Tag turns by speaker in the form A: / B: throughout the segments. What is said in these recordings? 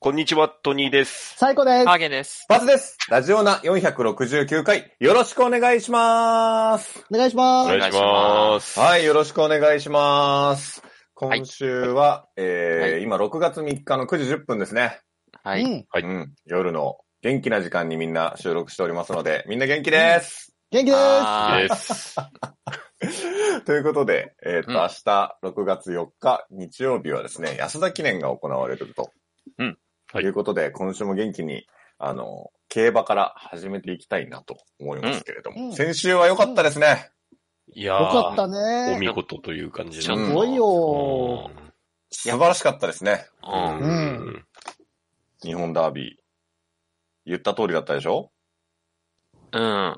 A: こんにちは、トニーです。
B: 最高です。
C: ハーゲンです。
D: バズです。ラジオナ469回、よろしくお願いします。
B: お願いしま
A: お
B: す。
A: 願いします。
D: はい、よろしくお願いします。今週は、えー
C: は
D: 今6月3日の9時10分ですね。
C: は
B: う
C: い。
B: ん。
A: はい
D: うん。夜の元気な時間にみんな収録しておりますので、みんな元気です。
B: 元気です。
C: あー
A: です。
D: ということで、えーっと、
C: うん
D: 明日6月4日日曜日はですね、安田記念が行われると。
A: うんはい
D: いうことで、今週も元気に、あの、競馬から始めていきたいなと思いますけれども、
B: うん
D: 先週は良かったですね。
A: いや
B: よかっ
A: ー、
B: た
A: お
B: ね。
A: 見事という感じ
C: ちょっと
B: すごいよ。
A: う
D: 素晴らしかったですね。
A: ん。うん
D: 日本ダービー。言った通りだったでしょ
C: うん。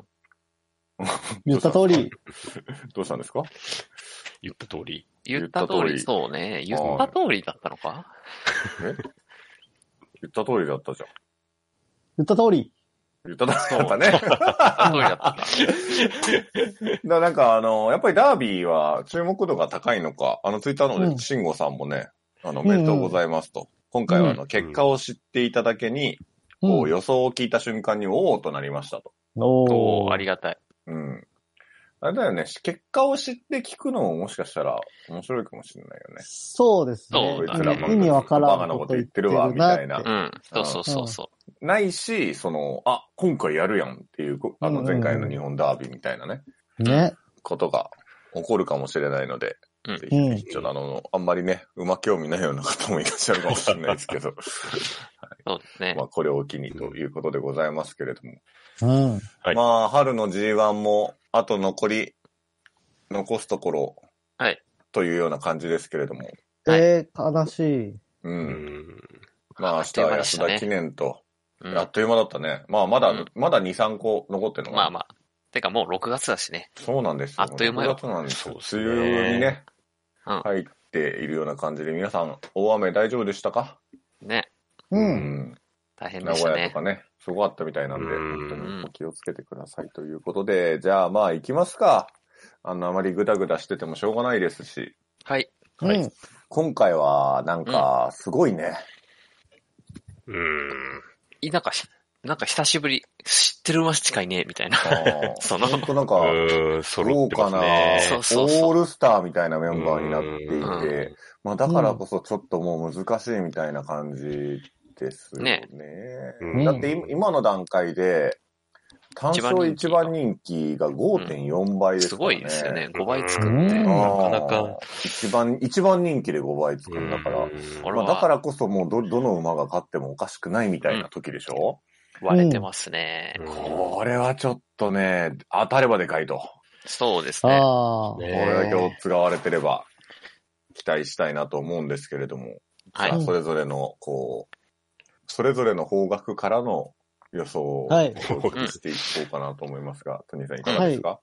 B: 言った通り。
D: どうしたんですか
A: 言った通り。
C: 言った通り、そうね。言った通りだったのか
D: 言った通りだったじゃん。
B: 言った通り。
D: 言った通りだったね。
C: 言った通りだったんだ。
D: だ なんかあの、やっぱりダービーは注目度が高いのか、あのツイッター
B: う
D: の
B: ん
D: で、慎吾さんもね、あの、お
B: うんうん
D: めでとうございますと。今回はあ
B: う
D: の、結果を知っていただけ
B: う
D: に、
B: ん
D: こう予想を聞いた瞬間に、おおとなりましたと。
B: お
C: お
B: ー
C: ー、ありがたい。
D: うん。あれだよね、結果を知って聞くのももしかしたら面白いかもしれないよね。
B: そうですね
C: そうだね
B: 意味意味わからん。
D: バカなこと言ってるわみたい
C: う
D: な
C: ん。そうそうそうそ
D: ないし、その、あ、今回やるやんっていう、こあの前回の日本ダービーみたいなね、
B: ね。
D: ことが起こるかもしれないので、
C: うん
D: ぜひぜひ、ちょっとあの、あんまりね、馬興味ないような方もいらっしゃるかもしれないです けど、
C: う。そうですね
D: ま。あこれを機にということでございますけれども。
B: うん。
A: はい
D: まあ、春の G1 も、あと残り、残すところ、
C: はい
D: というような感じですけれども、
C: はい
B: えー、悲しい。
D: う。
A: うんん。
D: まあ、明日は安田記念と、
C: うん
D: あっという間だったね。まあ、まだ、
C: うん
D: まだ2、3個残ってるのかな
C: まあまあ。てかもう6月だしね。
D: そうなんですよ。
C: あっという間よ
D: 6月なんですよ。
A: そう
D: 梅
A: ですね
D: 雨にね、
C: うん
D: 入っているような感じで、皆さん、大雨大丈夫でしたか
C: ね。
B: うん。
C: 大変
D: 名
C: でし
D: 古
C: た
D: 屋と
C: ね。
D: かね、すごかったみたいなんで、
A: うん
D: 本当にお気をつけてくださいということで、じゃあまあ行きますか。あの、あまりグダグダしててもしょうがないですし、
C: はい。
B: う
A: はい
B: ん。
D: 今回はなんか、すごい ね。
A: うん。
C: いなんかし、なんか久しぶり、知ってる馬しかいねえ、みたいな。その、
D: 本当なんか、
A: うん。揃
D: 豪
A: ってま
D: 華
A: す
D: な、
A: ね。
C: そうそうそう
D: オールスターみたいなメンバーになっていて、
C: う
D: まあだからこそちょっともう難しいみたいな感じですよね。
A: うん
D: だって今今の段階で、単勝一
C: 一
D: 番
C: 番
D: 人気が5.4倍です
C: す
D: から
C: ご
D: ね。
C: いですよね。5
A: 倍
C: 倍
A: つ
C: つ
A: く
C: く
A: っ
C: ってて
A: う。ん
D: あー
A: なかなか。
D: 一番、一番人気で5倍つくんだから。
C: これ
D: まあ、
C: は
D: だからこそもうど、どの馬が勝ってもおかしくないみたいな時でしょ、
C: 割れてますね。
D: これはちょっとね、当たればでかいと。
C: そうですね。
B: あ
A: ね
D: これだけオッズが割れてれば、期待したいなと思うんですけれども。
C: は
D: じゃあ
C: い。
D: それぞれの、こう、それぞれの方角からの予想を
B: はい
D: していこうかなと思いますが、トニーさんいかがですか、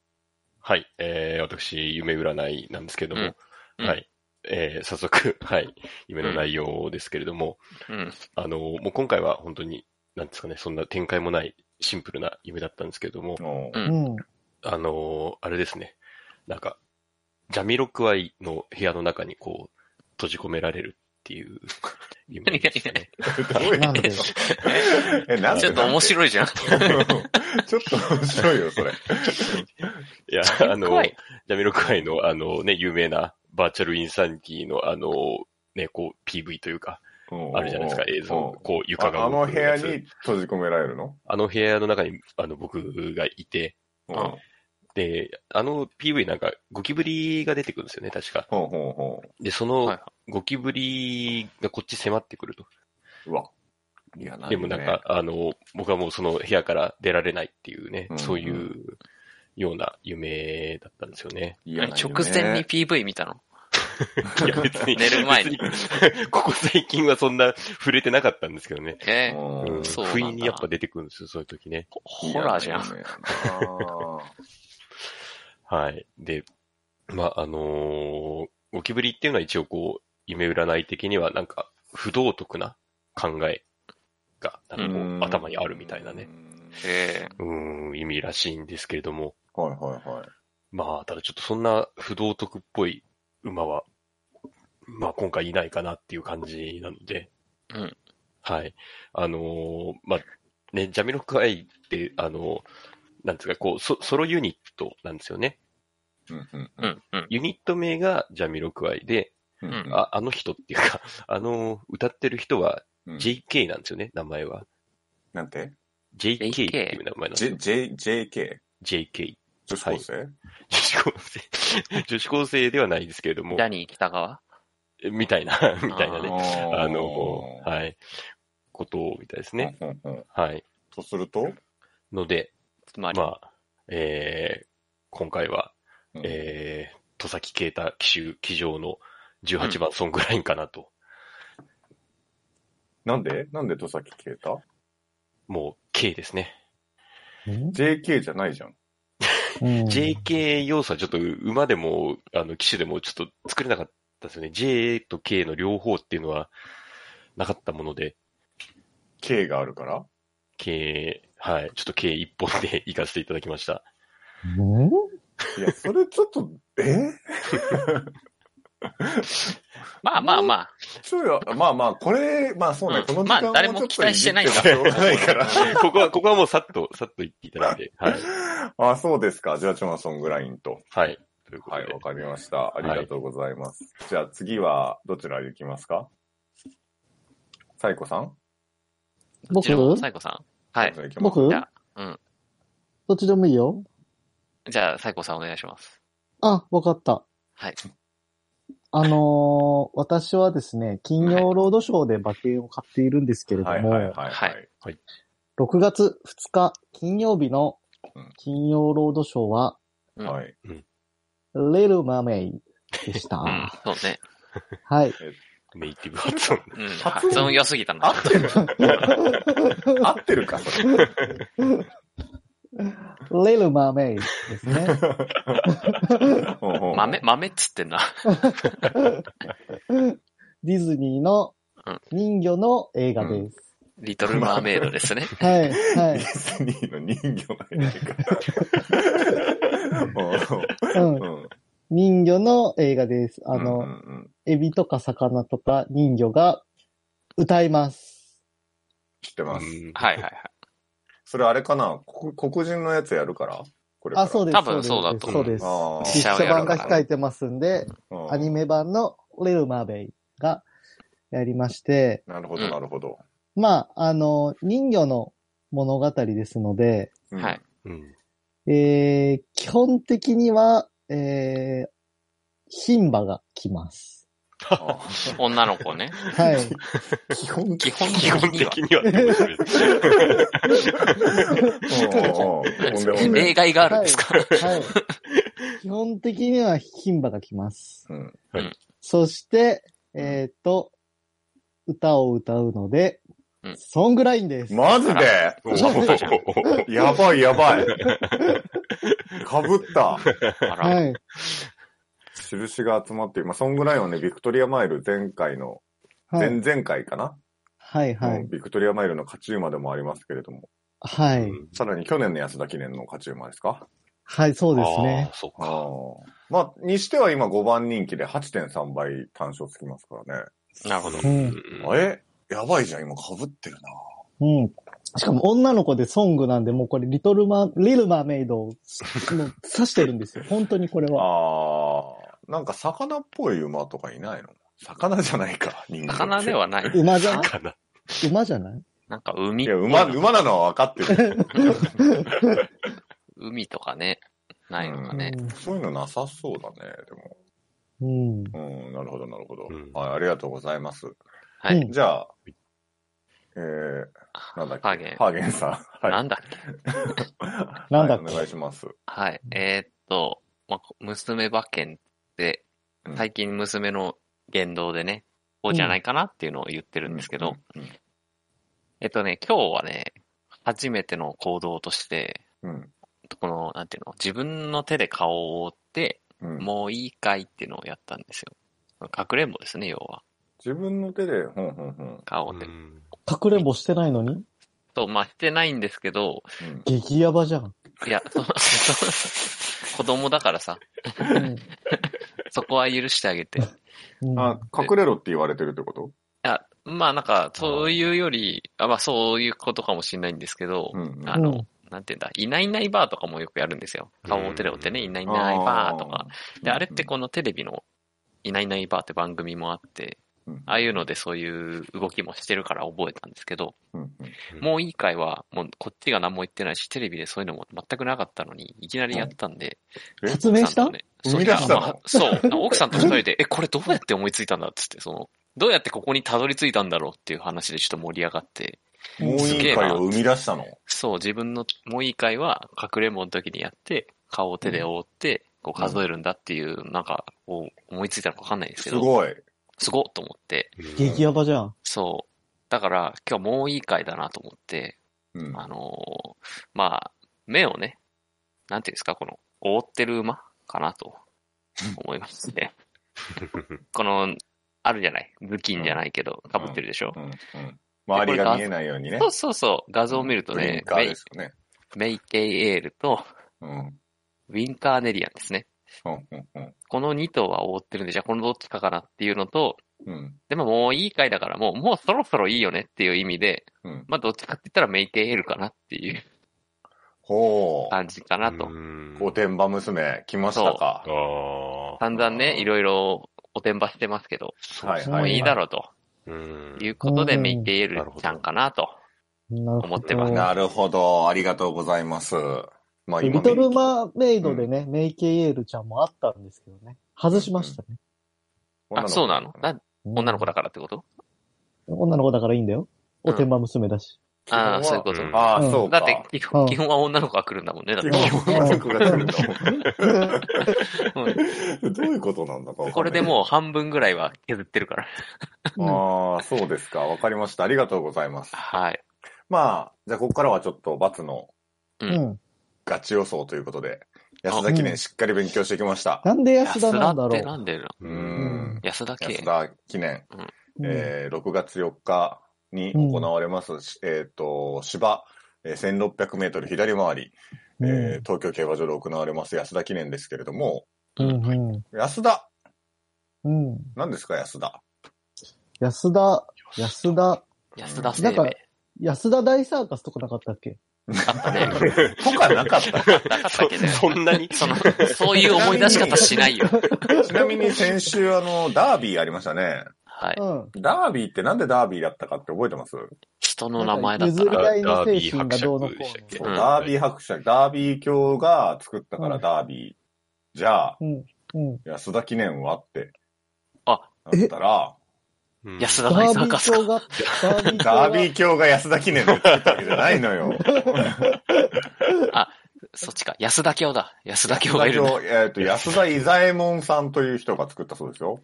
A: はい、えー、私、夢占いなんですけれども、
C: うんうん
A: はい、えー、早速、 はい、夢の内容ですけれども、
C: うん。
A: あの、もう今回は本当に、なんですかね、そんな展開もないシンプルな夢だったんですけれども、
D: おう
C: う
B: あ。
C: ん
B: うん。
A: あの、あれですね、なんか、ジャミロクワイの部屋の中にこう、閉じ込められるっていう夢でしたね。
B: なんで
D: え、なんで
C: ちょっと面
D: い。
C: 白いじゃん。
D: ちょっと面白いよ、それ。
A: いや、あの、
C: 怖い。
A: ジャミロクワイの、あのね、有名なバーチャルインサニティの、あの、ね、こう、PV というか、あるじゃないですか、映像、こう、
D: あ
A: 床が
D: あの
A: 動
D: 部
A: く
D: 屋
A: やつ
D: に閉じ込められるの
A: あの部屋の中に、あの、僕がいて、
D: うん
A: で、あの PV なんか、ゴキブリが出てくるんですよね、確か。
D: ほうほうほ
A: で、そ
C: は
A: の
C: い、
A: ゴキブリがこっち迫ってくると。
D: う。うわ。いや、ない
A: で
D: ね
A: もなんか、、あの、僕はもうその部屋から出られないっていうね
D: う、ん
A: そういうような夢だったんですよ ね。
D: いや、
C: 何直前に PV 見たの
A: いや、別に。
C: 寝る前に
A: 別に ここ最近はそんな触れてなかったんですけどね。
C: えー
A: う
D: うん
A: ん、
C: そうなんだ
A: 不意にやっぱ出てくるんですよ、そういう時ね。
C: ホラーじゃん。。
D: いやないよねあー
A: はい。で、まあ、あのーゴキブリっていうのは一応こう、夢占い的にはなんか不道徳な考えが、なんかこう、
D: うん
A: 頭にあるみたいなね、。
C: え
A: うーん、意味らしいんですけれども、
D: はいはいはい。
A: まあ、ただちょっとそんな不道徳っぽい馬は、まあ今回いないかなっていう感じなので、
C: うん
A: はい。あのーまあ、ね、ジャミロクアイって、あのーなんですか、こう、ソソロユニットなんですよね。
D: うんうん
C: う。ん、うん。
A: ユニット名がジャミロクアイで、
D: うんうん
A: ああの人っていうか、 あのー歌ってる人は
D: うん、
A: JK なんですよね、名前は。
D: なんて
A: JK ってい
C: JK
A: う名前なんですよ。
D: J、J、JK?
A: JK。
D: 女子高生、
A: 女子高生、 女子高生ではないですけれども
C: ジ、ャニー北川
A: みたいな、 みたいなね、
D: あ
A: あの、
D: い。
A: はい、ことをみたいですね。
D: うんうんうん
A: はい。
D: とすると、
A: ので、
C: つまり、
A: まあ、えー、今回は、
D: うん
A: えー、戸崎啓太騎手騎乗の18番ソングラインかなと、
D: なんでなんで戸崎啓太
A: もう K ですね。
B: うん。
D: ?JK じゃないじゃん。
B: うん。
A: JK 要素はちょっと馬でも、あの、騎手でもちょっと作れなかったですよね。J と K の両方っていうのはなかったもので、
D: K があるから。
A: K、はい、ちょっと K 一本で 行かせていただきました。
B: うん
D: いや、それちょっと、え
C: まあまあまあ、
D: ちょいよ、まあまあ、これ、まあそうね、
C: うん
D: この時間
C: まあ誰も期待してない
D: もちょっといじってもしょうがないから。
A: ここは、ここはもうさっと、さっと言っていただいて。はい。
D: あ、そうですか。じゃあ、チョナソングラインと。
A: はい。ということ
D: はい、
A: で
D: わ。かりました。ありがとうございます。じゃあ、次は、どちらで行きますかサイコさん
C: こちらも
B: 僕
C: サイコさん。はい。
D: どちら行きます
B: 僕
C: じゃあ、うん。
B: どっちでもいいよ。
C: じゃあ、サイコさんお願いします。
B: あ、わかった。
C: はい。
B: あのー私はですね、金曜ロードショーで馬券を買っているんですけれど
D: はい
B: も、
D: はいはい、は
C: はいい。
B: 6月2日金曜日の
D: うん
B: 金曜ロードショーは、
C: うん
D: はい。
B: レル・マーメイでした。
C: うん、そうね。
B: はい。
A: ネイティブ発音。
C: うん。
D: 発音
C: 発音良すぎた
D: 合
C: な。
D: ってる合ってるか、 それ。
B: レル・マーメイです ね。
D: ほうほう
C: 豆、豆っつってんな。
B: ディズニーの
C: うん
B: 人魚の映画です。
C: リトルマーメイドですね。
B: はい、
D: デ
B: はい。
D: ィズニーの人魚の映 画ほうほう
B: うん、
D: うん
B: 人魚の映画です。あの、
D: うんうん
B: エビとか魚とか人魚が歌います。
D: 知ってます。
C: はいはいはい。
D: それあれかなこ黒人のやつやるからこれか
B: あ、
D: ら
B: そうです。
C: 多分そうだと
B: そ
C: 思
B: う
C: う
B: です。そう
D: あ
B: です
D: ー
B: 実写版が控えてますんで、
D: うん
B: アニメ版のレル・マーベイがやりまして、
D: なるほど、なるほど。
B: まあ、あの、人魚の物語ですので、
D: うん
C: はい。
A: うん。
B: えー、基本的には、えー、牝馬が来ます。
D: あ
C: 女の子ね。
B: はい。
D: 基本
C: 基本
A: 基
C: 的
A: 本
C: には
A: 的。にはって面白いです。
D: おうおうほんでほ んで
C: 例外があるんですか、
B: はい。基本的には牝馬が来ます。
D: うん
B: そして、えっ、と、歌を歌うので、
C: うん
B: ソングラインです。
D: マジで
A: おー
D: やばいやばい。かぶった。
C: あら、
B: はい。
D: 印が集まって、まあ、ソングラインはね、ビクトリアマイル前回の、
B: はい。
D: 前々回かな、
B: はい、は
D: うん
B: い。
D: ビクトリアマイルの勝ち馬でもありますけれども、
B: は
A: う
B: い。
A: ん
D: さらに去年の安田記念の勝ち馬ですか
B: はい、そうですね
A: あ。ーそう
D: あ
A: か。
D: ーまあ、にしては今5番人気で8.3倍単勝つきますからね。
C: なるほど。
B: う。
A: うんん
D: あれやばいじゃん、今被ってるな。
B: うん。しかも女の子でソングなんで、もうこれ、リトルマ、リルマーメイ ドを、もう指してるんですよ。本当にこれは。
D: あー、なんか魚っぽい馬とかいないの魚じゃないか、人間。
C: 魚ではない。
B: 馬じゃない
A: かな。
B: 馬じゃない
C: なんか海
D: いや、馬、馬なのは分かってる。
C: 海とかね、ないのかね。
D: そういうのなさそうだね、でも。
B: うん。うん
D: うん、なるほど、なるほど、
A: うん
D: はい、ありがとうございます。
B: う
C: はい。
B: ん
D: じゃあ、えー、なんだっけ
C: ハーゲン
D: ハーゲンさん。は。
C: ないんだっけ
B: なんだっけ
D: はいお願いします。
C: はい。えーっと、まあ、こ娘馬券って
D: う、ん
C: 最近娘の言動でね、こうじゃないかなっていうのを言ってるんですけど、
D: うん。
C: えっとね、今日はね、初めての行動として、
D: うん。
C: この、なんていうの、自分の手で顔を覆って、
D: うん
C: もういいかいっていうのをやったんですよ。かくれんぼですね、要は。
D: 自分の手で、ほんほんほん。
C: 顔
A: う
C: で。
A: ん
B: 隠れんぼしてないのに
C: と、まあ、してないんですけど、
D: うん
B: 激ヤバじゃん。
C: いや、 そう子供だからさ、そこは許してあげて。
B: うん
D: あ、隠れろって言われてるってこと
C: あ、まあなんか、そういうより、あまあそういうことかもしれないんですけど、
D: うんうん
C: あの、なんていうんだ、いないいないバーとかもよくやるんですよ。
A: うん
C: 顔モテレオってね、いないいないバーとか。。で、あれってこのテレビの、いないいないバーって番組もあって、
D: うん
C: ああいうのでそういう動きもしてるから覚えたんですけど、
D: うんうん
C: もういい回は、もうこっちが何も言ってないし、テレビでそういうのも全くなかったのに、いきなりやったんで。
D: え
B: 発明した
C: 奥さんとねそう
D: 生み出したの
C: いやまあそう。奥さんと二人で、 え、これどうやって思いついたんだっつって、その、どうやってここにたどり着いたんだろうっていう話でちょっと盛り上がって、
D: もう
C: すげ
D: い
C: え
D: い
C: な
D: 回を生み出したの。
C: そう、自分のもういい回は、隠れんぼの時にやって、顔を手で覆って、こう数えるんだっていう、なんか、こう思いついたのかわかんないですけ
D: す
C: ど、
D: ごい。
C: すごっと思って、
B: 激ヤバじゃん。
C: そう。だから、今日もういい回だなと思って、
D: うん
C: あのーまあ、目をね、なんていうんですか、この、覆ってる馬かなと思いま して、この、あるじゃない頭巾じゃないけど、被ってるでしょ
D: う、んうん周りが見えないようにね
C: そ。うそうそう、画像を見ると
D: ブリ
C: ね
D: ン、カー
C: メイ
D: ですよね。
C: メイケイエールと
D: うん。
C: ウィンカーネリアンですね。
D: うんうんうん
C: この2頭は覆ってるんで、じゃあこのどっちかかなっていうのと、
D: うん。
C: でももういい回だからもう、もうそろそろいいよねっていう意味で、
D: うん
C: まあどっちかって言ったらメイケイエールかなっていう
D: ほう。
C: 感じかなと。
D: おてんば娘、来ましたか。
A: ああ。
C: 散々ね、いろいろおてんばしてますけど、
D: はい
B: そう
D: は
C: もう
D: い。
C: いいだろうと。
A: うん。
C: いうことで、
B: うん
C: メイケイエルちゃんかなと。
B: なるほど
C: 思ってます
D: なるほど。ありがとうございます。まあ
B: リトルマーメイドでね、メイケイエールちゃんもあったんですけどね。外しましたね。
C: あ、そうなのな
B: うん
C: 女の子だからってこと
B: 女の子だからいいんだよ。おてんば娘だし。
C: ああ、そういうこと
A: うん
C: あ
D: ああ、そう
C: だ
D: か。
C: って基
B: う
C: 本、
B: ん
C: 基本は女の子が来るんだもんね。だって。
D: 基本は僕が来るんだ
C: うん
D: もんどういうこと なんだかわかんない
C: これでもう半分ぐらいは削ってるから。
D: ああ、そうですか。わかりました。ありがとうございます。
C: はい。
D: まあ、じゃあ、ここからはちょっと、罰の
C: う。
B: うんん。
D: ガチ予想ということで、安田記
B: うん
D: 念しっかり勉強してきました。
B: なんで安
C: 安田
B: 田なんだ
C: っ
B: ろ
C: て
B: う。
C: なんでな
D: う
B: うん
D: ん。
C: 安田
D: 安
C: 系。
D: 田記念、
B: うん
D: えー6月4日に行われます、しえっ、と、芝、えー1600メートル左回り、えー東京競馬場で行われます安田記念ですけれども、
B: うんうん
D: 安田、
B: うんうん
D: 何ですか安田。
B: 安田、安田、
C: 安田
B: な
C: 生
B: んか
C: 命。
B: 安田大サーカスとかなかったっけ
C: あったね。
D: とかな かった。
C: なかったっけね。
A: そんなに
C: その、そういう思い出し方しないよ。
D: ちなみに先週、あの、ダービーありましたね。
C: はい。
B: うん。
D: ダービーってなんでダービーだったかって覚えてます、
C: 人の名前だっ
B: な
C: た
B: んか譲り
C: ら。
B: 合いの精神がどうのこ
A: ダービー伯爵でしたっけ
B: う
D: そう
C: うん
D: ダービー伯爵、ダービー卿が作ったか
B: う
D: ら
B: ん
D: ダービー。じゃあ、
B: の。うん。うん。
D: 安田記念はって。
C: あ、
D: だったら、
C: 安
B: ダ
C: 田
B: ー
C: 大サー
B: ビ
C: カ
B: ー
C: スか
B: 卿が、ダービー卿
D: ダ
B: が
D: ービー卿が安田記念で作ったわけじゃないのよ。
C: そっちか。安田教だ。安田教がいるんだ。
D: 安田卿えっと、安田伊左衛門さんという人が作ったそうですよ。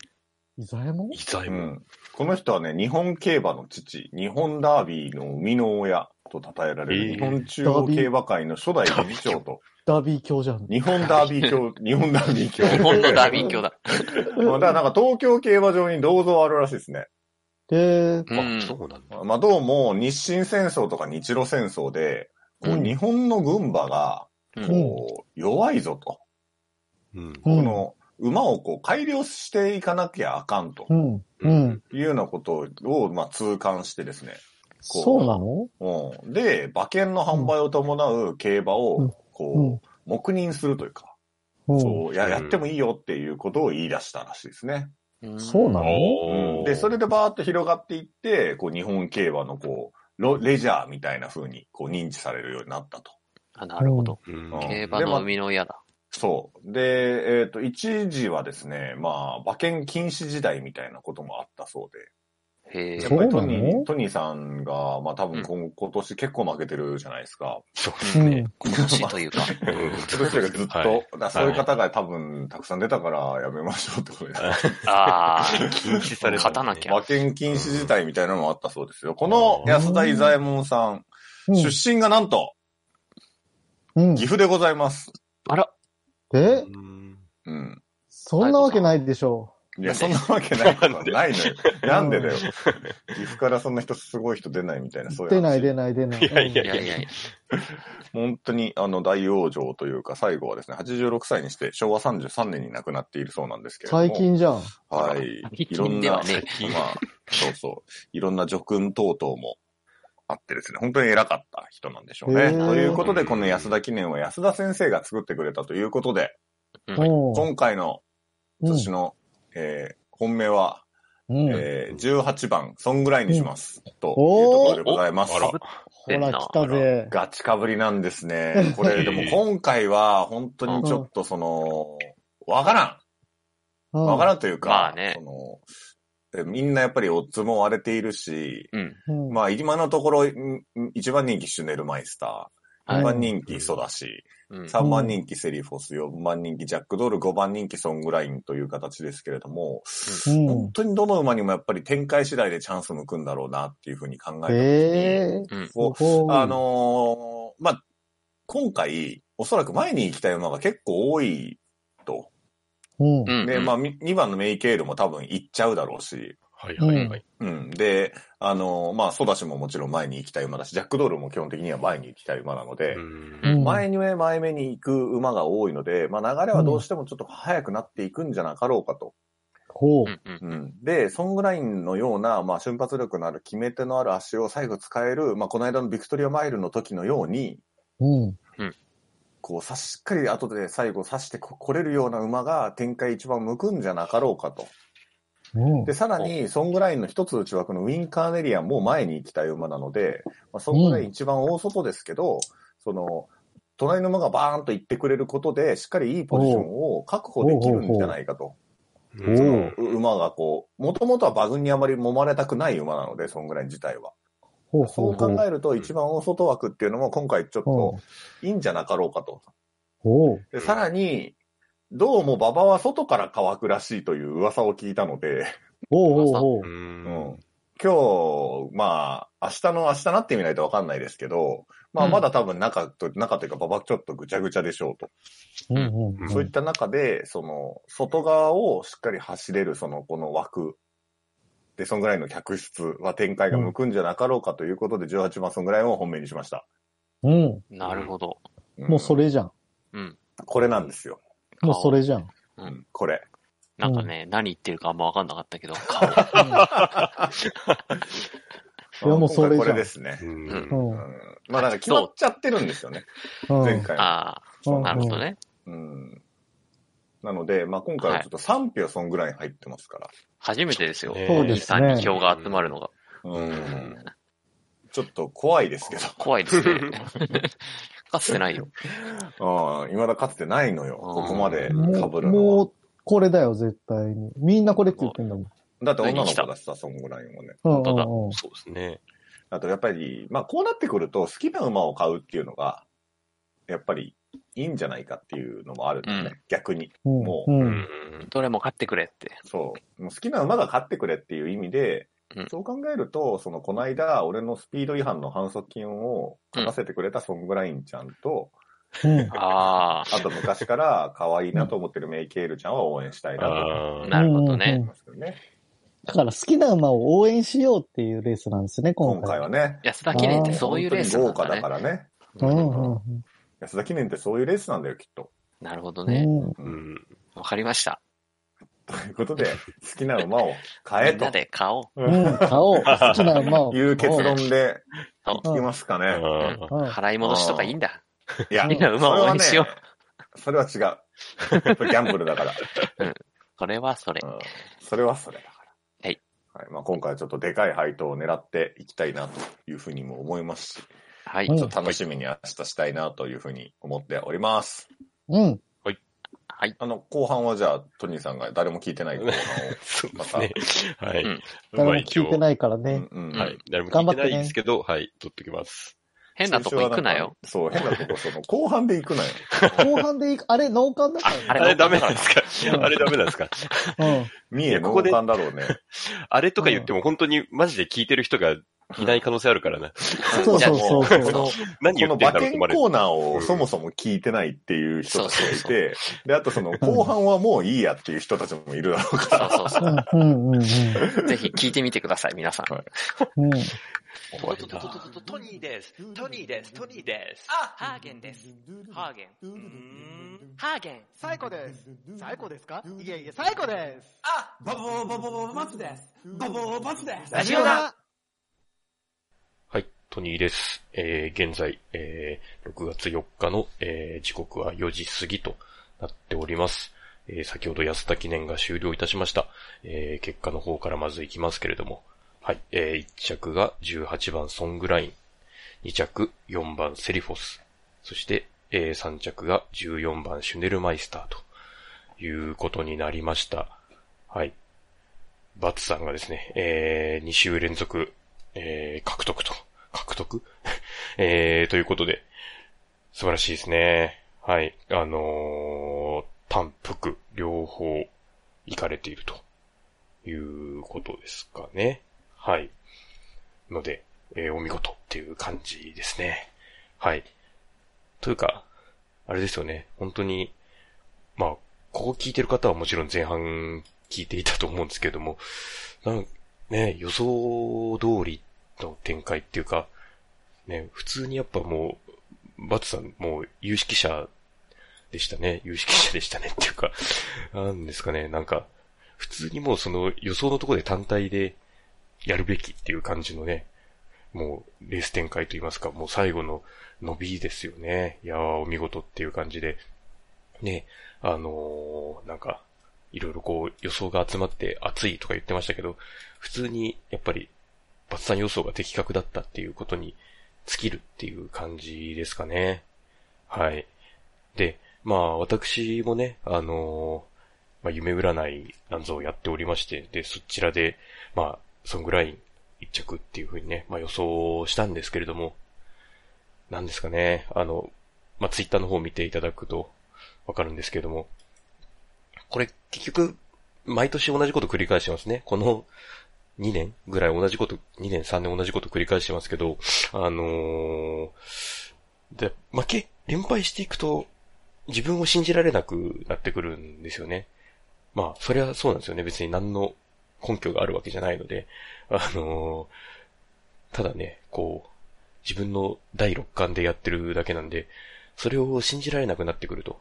B: 伊左衛門
A: イザイ
D: う
A: モン。
D: んこの人はね、日本競馬の父、日本ダービーの生みの親と称えられ
A: え
D: る
A: ー
D: 日本中央競馬会の初代理事長と、
B: ダービー卿じゃん。
D: 日本ダービー卿、日本ダービー卿。
C: 日本のダービー教だ。
D: まあだからなんか東京競馬場に銅像あるらしいですね。
B: で、
C: う
A: あ、
C: ん。
A: そうなんだ。
D: まあどうも日清戦争とか日露戦争で、こう
B: うん
D: 日本の軍馬が
C: うん
D: こう弱いぞと。
A: うん。
B: うん
D: この馬をこう改良していかなきゃあかんと
B: うん。うん。
D: いうようなことをまあ痛感してですね。こう
B: そうなの
D: うん、で、馬券の販売を伴う競馬
B: う
D: を
B: ん
D: こう黙認するというか、
B: うん。うん。
D: そうや
A: うん
D: やってもいいよっていうことを言い出したらしいですね。
B: そうなの
A: おー
D: で、それでバーっと広がっていって、こう日本競馬のこう、ロレジャーみたいな風にこう認知されるようになったと。
C: あ、なるほど。
A: うん
D: うん
C: 競馬の生みの親だ。
D: そう。で、えっ、と、一時はですね、まあ、馬券禁止時代みたいなこともあったそう
C: へえ
D: で、やっ。ぱり
B: そ
D: ト
B: うなの
D: ニー、トニーさんが、まあ多分今,、今年結構負けてるじゃないですか。
A: そうで
B: う
A: す
B: ん。
A: ね。
C: 今年というか。
D: それがずっと、
A: はい
D: だからそういう方が多分たくさん出たからやめましょうってことですね。
C: ああ、
A: 禁止された
C: 勝た
A: のね
C: なきゃ。
D: 馬券禁止時代みたいなのもあったそうですよ。この安田伊左衛門さん、
B: うん
D: 出身がなんと
B: うん
D: 岐。阜でございます。
C: あら、
B: え
A: うん
D: うん。
B: そんなわけないでしょ
D: いや、そんなわけないことはないのよ。なんでだよ。岐阜からそんな人すごい人出ないみたいな、そういう話
B: 出ない出ない出ない。
A: いやいや
C: いやいやいや。
D: 本当にあの大往生というか、最後はですね、86歳にして昭和33年に亡くなっているそうなんですけれども。
B: 最近じゃん。
D: はい。
C: 最
D: いろ
C: 近
D: ん
C: で
D: な、ま
C: はね
D: あ、そうそう。いろんな叙勲等々もあってですね、本当に偉かった人なんでしょう
B: へ
D: ね。
B: ー
D: ということで、この安田記念は安田先生が作ってくれたということで、
C: うん
B: おう
D: 今回の
B: うん
D: 私の、えー本命は、
B: うん。
D: えー18番、そんぐらいにします。というところでございます
A: お。あら
B: ほら、来たぜ。
D: ガチかぶりなんで すね。これ、でも
A: えー
D: 今回は、本当にちょっとその、わからんわからんというか、
C: まあね
D: そのえみんなやっぱりオッズも割れているし、
C: うん。
B: うん。
D: まあ今のところ、んん一番人気シュネルマイスター、
C: はい
D: 2番人気ソダシ、
C: うん。
D: 3番人気セリフォス、4番人気ジャックドール、5番人気ソングラインという形ですけれども、
B: うん
D: 本当にどの馬にもやっぱり展開次第でチャンス向くんだろうなっていうふうに考えて
B: ええ
C: うん。
D: こ
B: すごい
D: あのーまあ、今回、おそらく前に行きたい馬が結構多いと。
B: うん。
C: うん。
D: で、まあ、み2番のメイケールも多分行っちゃうだろうし。
A: はいはいはい。
D: うん。で、あのーまあ、ソダシももちろん前に行きたい馬だし、ジャックドールも基本的には前に行きたい馬なので、
A: うん
B: うん
D: 前に目前目に行く馬が多いので、まあ、流れはどうしてもちょっと早くなっていくんじゃなかろうかと。
B: ほう
C: う。んうん。
D: うん。で、ソングラインのような、まあ、瞬発力のある決め手のある足を最後使える、まあ、この間のビクトリアマイルの時のように、
B: うん。
D: こう、さしっかり後で最後刺してこ来れるような馬が展開一番向くんじゃなかろうかと。
B: うん。
D: で、さらに、ソングラインの一つ内枠のウィン・カーネリアンも前に行きたい馬なので、まあ、ソングライン一番大外ですけど、その、隣の馬がバーンと行ってくれることで、しっかりいいポジションを確保できるんじゃないかと。
A: うん
B: お
D: そうのう馬がこう、もともとは馬群にあまり揉まれたくない馬なので、ソングライン自体は。
B: ほう
D: そ
B: ほう
D: う
B: ほ
D: 考
B: う。
D: えると、一番大外枠っていうのも今回ちょっといいんじゃなかろうかと。
B: ほう。
A: う
D: で、
A: ん
D: さらに、どうも馬場は外から乾くらしいという噂を聞いたので、
B: ほうほうほう
A: う。
D: うんん、今日、まあ、明日の明日なってみないとわかんないですけど、まあ、
C: うん
D: まだ多分中と、中というか馬場ちょっとぐちゃぐちゃでしょうと。
B: うんうんうん。
D: そういった中で、その、外側をしっかり走れる、その、この枠。で、そんぐらいの客室は展開が向くんじゃなかろうかということで、18番そんぐらいを本命にしました。
B: うん。
C: なるほど。
D: ん
B: もうそ。れじゃん。
C: うん。
D: これなんですよ。
B: もうそれじゃん。
C: う
D: うんん、これ。
C: なんかね、何言ってるかあんまわかんなかったけど、顔。
B: いやもうそれじゃん
D: 今回これですね。
B: う
A: うん
B: ん。う
D: うん
B: ん。
D: まあなんか決まっちゃってるんですよね、前回。
C: あ
B: う
C: あ、
B: ん
C: なるほど。ね。
D: うん。なので、まあ今回はちょっと3票そんぐらい入ってますから。
C: 初めてですよ。
A: ね
B: そう
C: 兄
B: です
C: さんに
B: ね。
C: 票が集まるのが。
D: うん。 ちょっと怖いですけど。
C: 怖いですね。かつてないよ。
D: うん。未だかつてないのよ。
C: うん
D: ここまで被
B: もう、
D: るの
B: も
D: は。
B: うこれだよ、絶対に。みんなこれって言ってんだもん。
D: だって女の子だしさ、そんぐらいもね。
B: うん
C: 当だ
B: うんうん。
A: そうですね。
D: あとやっぱり、まあこうなってくると好きな馬を買うっていうのが、やっぱりいいんじゃないかっていうのもあるんだよね。
C: う
D: 逆に。
B: うん
D: も
B: う。
A: うんん。
C: どれも勝ってくれって。
D: そう。もう好きな馬が勝ってくれっていう意味で、
C: うん
D: そう考えると、その、この間、俺のスピード違反の反則金を書かせてくれたソングラインちゃんと、
B: うん。
C: あ
D: あと昔から可愛いなと思ってるメイケールちゃんは応援したいなと思
A: あ
C: あ、
A: あ。
C: なるほどね。
B: うん
D: いますけどね。
B: だから好きな馬を応援しようっていうレースなんですね、今
D: 今
B: 回
D: 回。はね。
C: 安田記念ってそういうレースな
D: 本
C: ん
D: 当に豪
C: だ
D: 華だか
C: ね。
D: らね。
B: うんうんうん
D: 安田記念ってそういうレースなんだよ、きっと。
C: なるほど
B: う
C: ね。
B: ん。
A: うん。
C: わかりました。
D: ということで、好きな馬を買
C: み
D: え
C: んな
D: と
C: で買おう。
B: うん。買おう。好きな馬を。
D: いう結論で
C: そう
D: いきますかね。
A: あ
B: うん。
C: 払い戻しとかいいんだ。
D: いや、
B: みん
C: な馬を応援しよ
D: それはね。それは違う。それギャンブルだから。
C: それはそれ
D: う。んそれはそれだか
C: は
D: ら。
C: い。
D: はい。まあ今回はちょっとでかい配当を狙っていきたいなというふうにも思いますし、ち
C: はい。
B: うん
D: ょっと楽しみに明日したいなというふうに思っております。
B: うん。
C: はい。
D: あの、後半はじゃあ、トニーさんが誰も聞いてない後半を。
A: そうですね。は
C: うん
A: い。
B: 誰も聞いて
A: い。
B: ないから
D: う
B: ね
D: ん。うん。
A: はい。誰も聞いてないですけど、はい。取っときます。
C: 変なとこ行くなよ。
D: そう、変なとこ、その、後半で行くなよ。
B: 後半でいく、あれ、脳幹だからね
C: あ
A: あ
C: れ
A: れダメなんですかあれダメなんですか
B: うん。
D: 三重
A: こ
D: 農
A: こで
D: 館だろうね。
A: あれとか言っても本当にマジで聞いてる人がいない可能性あるからね。
B: そうそうそう
D: こ
B: そう
D: の、
A: 何
D: こ
A: 言
D: の
A: ってん
D: 馬
A: だろうっ
D: 券
A: て
D: コ
A: 思われる。
D: ーナーをそもそも聞いてないっていう人たちが
C: そ
D: い
C: うそう
D: て、で、あとその、後半はもういいやっていう人たちもいるだろうから。
C: そうそう
B: うんうんうんうん
C: そう。ぜひ聞いてみてください、皆さん。
B: うん
A: 怖いな
E: トニーです。トニーです。トニーです。あ、ハーゲンです。ハーゲン。うーんハーゲン。
F: 最高です。最高ですかいえいえ、最高です。
E: あ、バボーバボーバツです。バボーバツです。
C: ラジオだ
A: はい、トニーです。えー、現在、えー、6月4日の、えー、時刻は4時過ぎとなっております。えー、先ほど安田記念が終了いたしました。えー、結果の方からまずいきますけれども。はい、えー、1着が18番ソングライン。2着4番セリフォス。そして、えー、3着が14番シュネルマイスターということになりました。はい。バツさんがですね、えー、2週連続、えー、獲得と、 獲得えー、ということで、素晴らしいですね。はい。あのー、単服、両方、行かれていると、いうことですかね。はい。ので、えー、お見事っていう感じですね。はい。というか、あれですよね。本当に、まあ、ここ聞いてる方はもちろん前半聞いていたと思うんですけども、なんね、予想通りの展開っていうか、ね、普通にやっぱもう、バツさん、もう有識者でしたね。有識者でしたねっていうか、なんですかね、なんか、普通にもうその予想のところで単体でやるべきっていう感じのね、もうレース展開といいますか、もう最後の伸びですよね。いやー、お見事っていう感じで。ね、あのーなんか、いろいろこう予想が集まって熱いとか言ってましたけど、普通にやっぱり、バツさん予想が的確だったっていうことに尽きるっていう感じですかね。はい。で、まあ私もね、あのーまあ夢占いなんぞをやっておりまして、で、そちらで、まあ、ソングライン一着っていうふうにね、まあ予想したんですけれども、なんですかね、あの、まあツイッターの方を見ていただくとわかるんですけれども、これ結局、毎年同じこと繰り返してますね。この2年ぐらい同じこと、2年3年同じこと繰り返してますけど、あのーで、負け、連敗していくと、自分を信じられなくなってくるんですよね。まあ、それはそうなんですよね。別に何の根拠があるわけじゃないので、あのーただね、こう、自分の第六感でやってるだけなんで、それを信じられなくなってくると。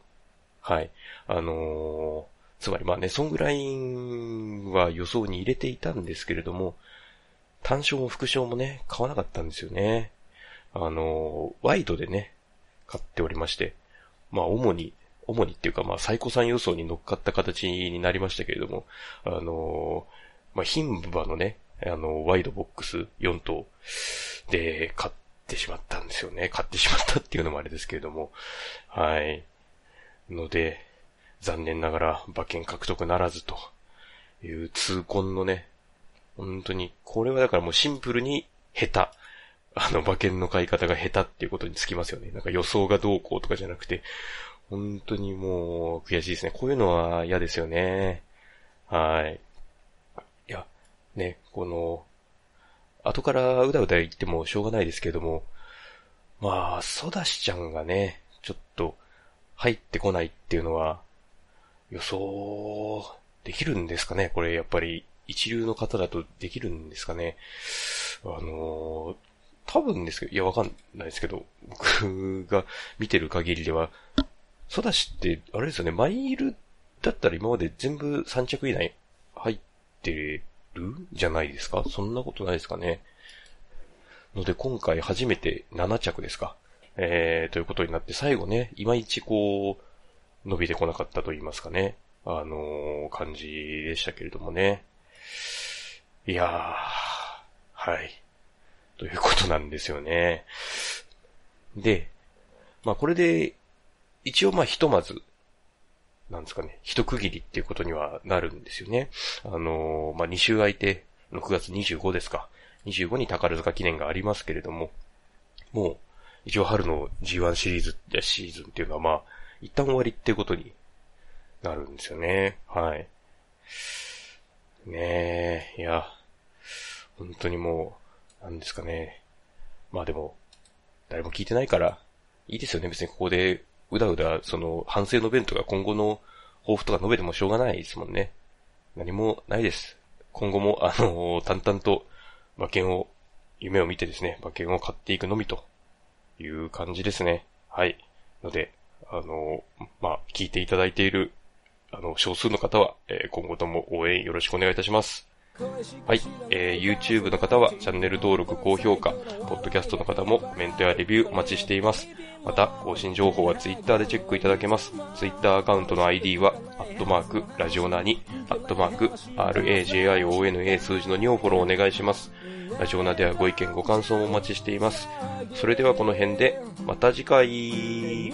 A: はい。あのーつまりまあね、ソングラインは予想に入れていたんですけれども、単勝も副賞もね、買わなかったんですよね。あのーワイドでね、買っておりまして、まあ主に、主にっていうかまあ最高さん予想に乗っかった形になりましたけれども、あのーまあ、牝馬のね、あの、ワイドボックス4頭で買ってしまったんですよね。買ってしまったっていうのもあれですけれども。はい。ので、残念ながら馬券獲得ならずという痛恨のね、本当に、これはだからもうシンプルに下手。 あの馬券の買い方が下手っていうことにつきますよね。なんか予想がどうこうとかじゃなくて、本当にもう悔しいですね。こういうのは嫌ですよね。はい。いや、ね、この、後からうだうだ言ってもしょうがないですけども、まあ、ソダシちゃんがね、ちょっと入ってこないっていうのは、予想できるんですかねこれやっぱり一流の方だとできるんですかねあのー多分ですけど、いやわかんないですけど、僕が見てる限りでは、ソダシって、あれですよね、マイルだったら今まで全部3着以内入ってるじゃないですかそんなことないですかね。ので今回初めて7着ですか。えー、ということになって最後ね、いまいちこう、伸びてこなかったと言いますかね。あのー感じでしたけれどもね。いやー、はい。ということなんですよね。で、まあこれで、一応まあひとまず、なんですかね、一区切りっていうことにはなるんですよね。あのーまあ2週空いて、6月25ですか。25に宝塚記念がありますけれども、もう、一応春の G1 シリーズ、いやシーズンっていうのはまあ、一旦終わりっていうことになるんですよね。はい。ねえ、いや、本当にもう、なんですかね。まあでも、誰も聞いてないから、いいですよね。別にここで、うだうだ、その、反省の弁とか今後の抱負とか述べてもしょうがないですもんね。何もないです。今後も、あの淡々と、馬券を、夢を見てですね、馬券を買っていくのみと、いう感じですね。はい。ので、あのまあ、聞いていただいている、あの、少数の方は、えー今後とも応援よろしくお願いいたします。はい。えー YouTube の方はチャンネル登録、高評価、Podcast の方もコメントやレビューお待ちしています。また、更新情報は Twitter でチェックいただけます。Twitter アカウントの ID は、アットマーク、ラジオナに、アットマーク、RAJIONA 数字の2をフォローお願いします。ラジオナではご意見、ご感想もお待ちしています。それではこの辺で、また次回。